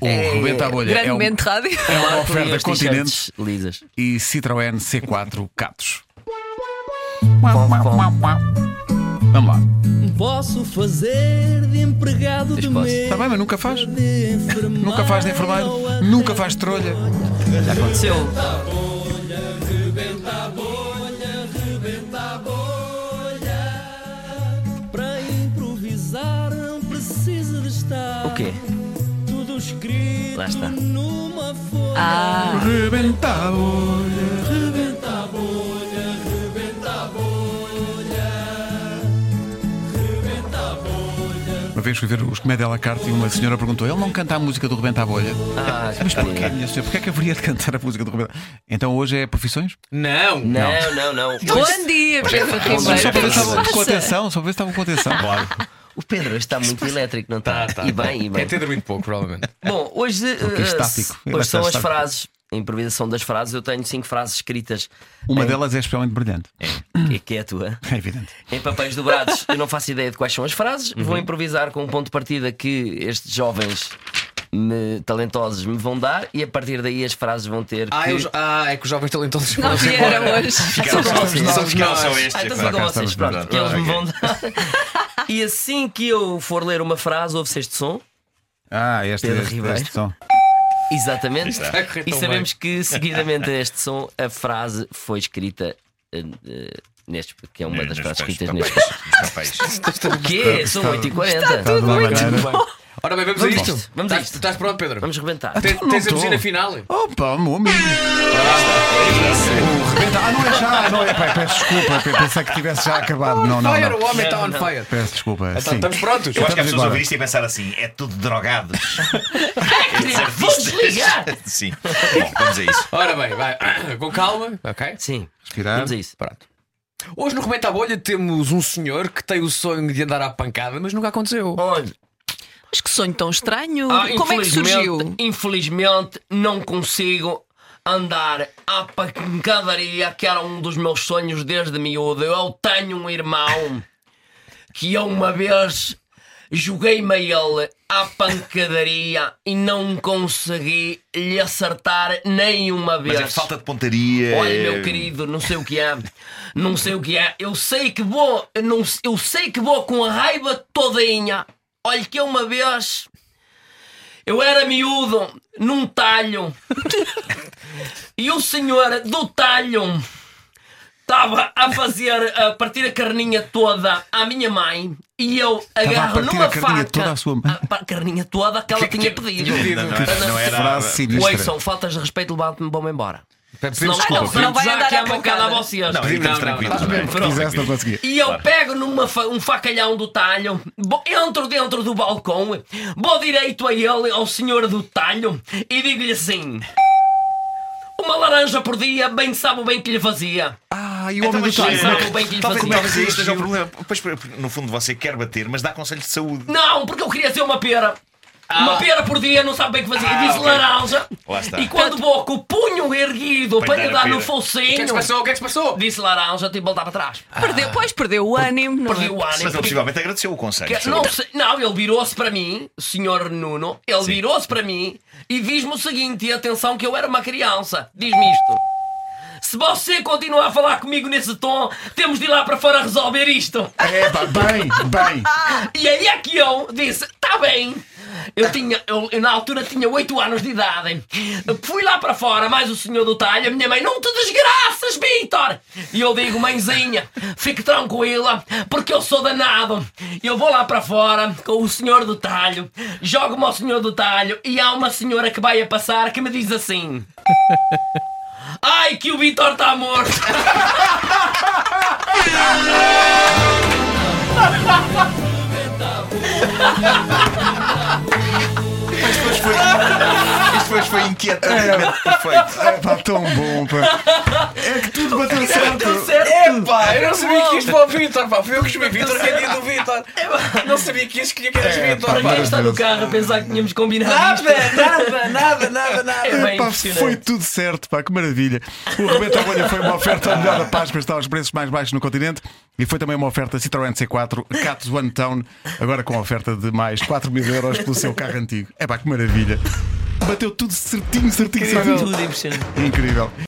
ou rebenta a bolha. É, um- Grandemente rádio. é uma Claro que oferta as t-shirts continente lisas. e Citroën C4 Catos. Vamos lá. Posso fazer de empregado Pois de posso. mesa, Está Tá bem, mas nunca faz. de enfermeiro. Nunca faz de enfermeiro, nunca faz de trolha. Já aconteceu. Para improvisar não precisa de estar O quê? tudo escrito Lá está. numa folha. Ah, Rebenta a bolha. Uma vez fui ver os Comédia à la carte e uma senhora perguntou: ele não canta a música do Rebenta a Bolha? Ah, Mas que- porquê, minha senhora? Porquê é que haveria de cantar a música do Rebenta Então hoje é profissões? Não! Não, não, não. bom dia, Pedro Ribeiro. Só para ver se estavam com Passa. atenção, só para ver se estavam com atenção. Claro. O Pedro está muito elétrico, não está? Tá, tá, e tá. bem, e bem. Deve ter dormido pouco, provavelmente. Bom, hoje, eh, estático. Ele hoje está são as estático. frases. A improvisação das frases, eu tenho cinco frases escritas. Uma em- delas é especialmente brilhante. que- que é a tua. É evidente. Em papéis dobrados, eu não faço ideia de quais são as frases. Vou improvisar com um ponto de partida que estes jovens me- talentosos me vão dar e a partir daí as frases vão ter. Ah, que... eu- ah, é que os jovens talentosos Não foram-se vieram embora. hoje. Só ficaram só Ah, estes. então é são claro. com cá vocês, estamos, pronto, verdade. que eles me Ah, vão dar. E assim que eu for ler uma frase, ouve-se este som. Ah, este, Pedro este, Ribeiro. este som. Exatamente. Está a correr E tão sabemos que, seguidamente a este som, a frase foi escrita eh, eh, neste, que é uma das frases escritas neste. O quê? São 8h40. Está de uma maneira. Ora bem, vamos a isto. isto, vamos a Estás- isto. Estás pronto, Pedro? Vamos rebentar. Tens- Não Tens a estou. buzina final? Opa, meu amigo. O rebenta. Ah, não é já, não é. Pai, peço desculpa, pe- pensei que tivesse já acabado. Não, não, Fire, o não. homem está Não, on não. fire. Peço desculpa. Então, Sim. estamos prontos. Eu acho que as Estamos pessoas embora. ouvir isto e pensar assim: é tudo É drogados. Vou desligar! Sim. Bom, vamos a isso. Ora bem, vai. Com calma, ok? Sim, Respirar. vamos a isso. Pronto. Hoje no Rebenta a Bolha temos um senhor que tem o sonho de andar à pancada, mas nunca aconteceu. Olha, Mas que sonho tão estranho. ah, Como é que infelizmente- surgiu? Infelizmente, não consigo andar à pancadaria, que era um dos meus sonhos desde miúdo. Eu tenho um irmão que eu uma vez joguei-me a ele à pancadaria e não consegui lhe acertar nem uma vez. Mas é falta de pontaria. Olha, é- meu querido, não sei o que é, não sei o que é. Eu sei que vou, eu não, eu sei que vou com a raiva todinha. Olha que eu uma vez eu era miúdo num talho e o senhor do talho estava a fazer a partir a carninha toda à minha mãe e eu a agarro partir numa a carninha faca toda à sua mãe. a, a carninha toda que ela tinha pedido. Não, não era. Não era Frase Oi, sinistra. são faltas de respeito, levanto-me, vão-me embora. Pedimos Não, desculpa. não, Pedro. não vai Já andar que à é pancada a pancada. vocês. Não, e estamos Não, não, tranquilos. não. não é? Se quisesse, não conseguia. E eu pego numa fa- um facalhão do talho, bo- entro dentro do balcão, vou direito a ele, ao senhor do talho, e digo-lhe assim: Uma laranja por dia, bem sabe o bem que lhe fazia. Ah, e o Então, homem do mas, talho. eh, como é Sabe o bem que lhe Talvez, fazia. talvez aí esteja o problema. Pois, no fundo, você quer bater, mas dá conselhos de saúde. Não, porque eu queria ser uma pera. Uma pera por dia, não sabe bem o que fazia. Ah, Diz ok. laranja. Lá está. E quando vou com o punho erguido Para para dar lhe a dar pera. no O que é que se focinho, passou? O que é que se passou? disse laranja, tive que voltar para trás. Perdeu, pois Ah. perdeu o ânimo. não é? Perdi o ânimo. Mas ele porque- possivelmente agradeceu o conselho. Que- de não, saúde. se- não, ele virou-se para mim, senhor Nuno, ele virou-se para mim e diz-me o seguinte: e atenção, que eu era uma criança. Diz-me isto. Se você continuar a falar comigo nesse tom, temos de ir lá para fora resolver isto. É, pá, bem, bem. E aí é que eu disse: tá bem. Eu tinha, eu, eu na altura tinha 8 anos de idade. Fui lá para fora, mais o senhor do talho, a minha mãe, não te desgraças, Vitor! E eu digo, mãezinha, fique tranquila, porque eu sou danado. Eu vou lá para fora com o senhor do talho, jogo-me ao senhor do talho e há uma senhora que vai a passar que me diz assim. Ai, que o Vitor está morto! Isto foi, isto foi, foi inquietantemente perfeito. É, pá, tão bom, pá. É que tudo bateu certo. Deu certo. Epá, eu não sabia que isto para o Vitor, pá. Fui eu que chamei Vitor, que é dia do Vitor. Não sabia que isto que eras Vitor, pá, Para É, pá. quem está no carro a pensar que tínhamos combinado isto? nada, nada, nada, nada. É bem Epá, impressionante. foi tudo certo, pá, que maravilha. O Rebenta a Bolha foi uma oferta ao melhor da Páscoa, está aos preços mais baixos no continente e foi também uma oferta Citroën C4 Catos One Town, agora com a oferta de mais 4 mil euros pelo seu carro antigo. É pá, que maravilha. bateu tudo certinho, certinho, certinho. Tudo impressionante. Incrível.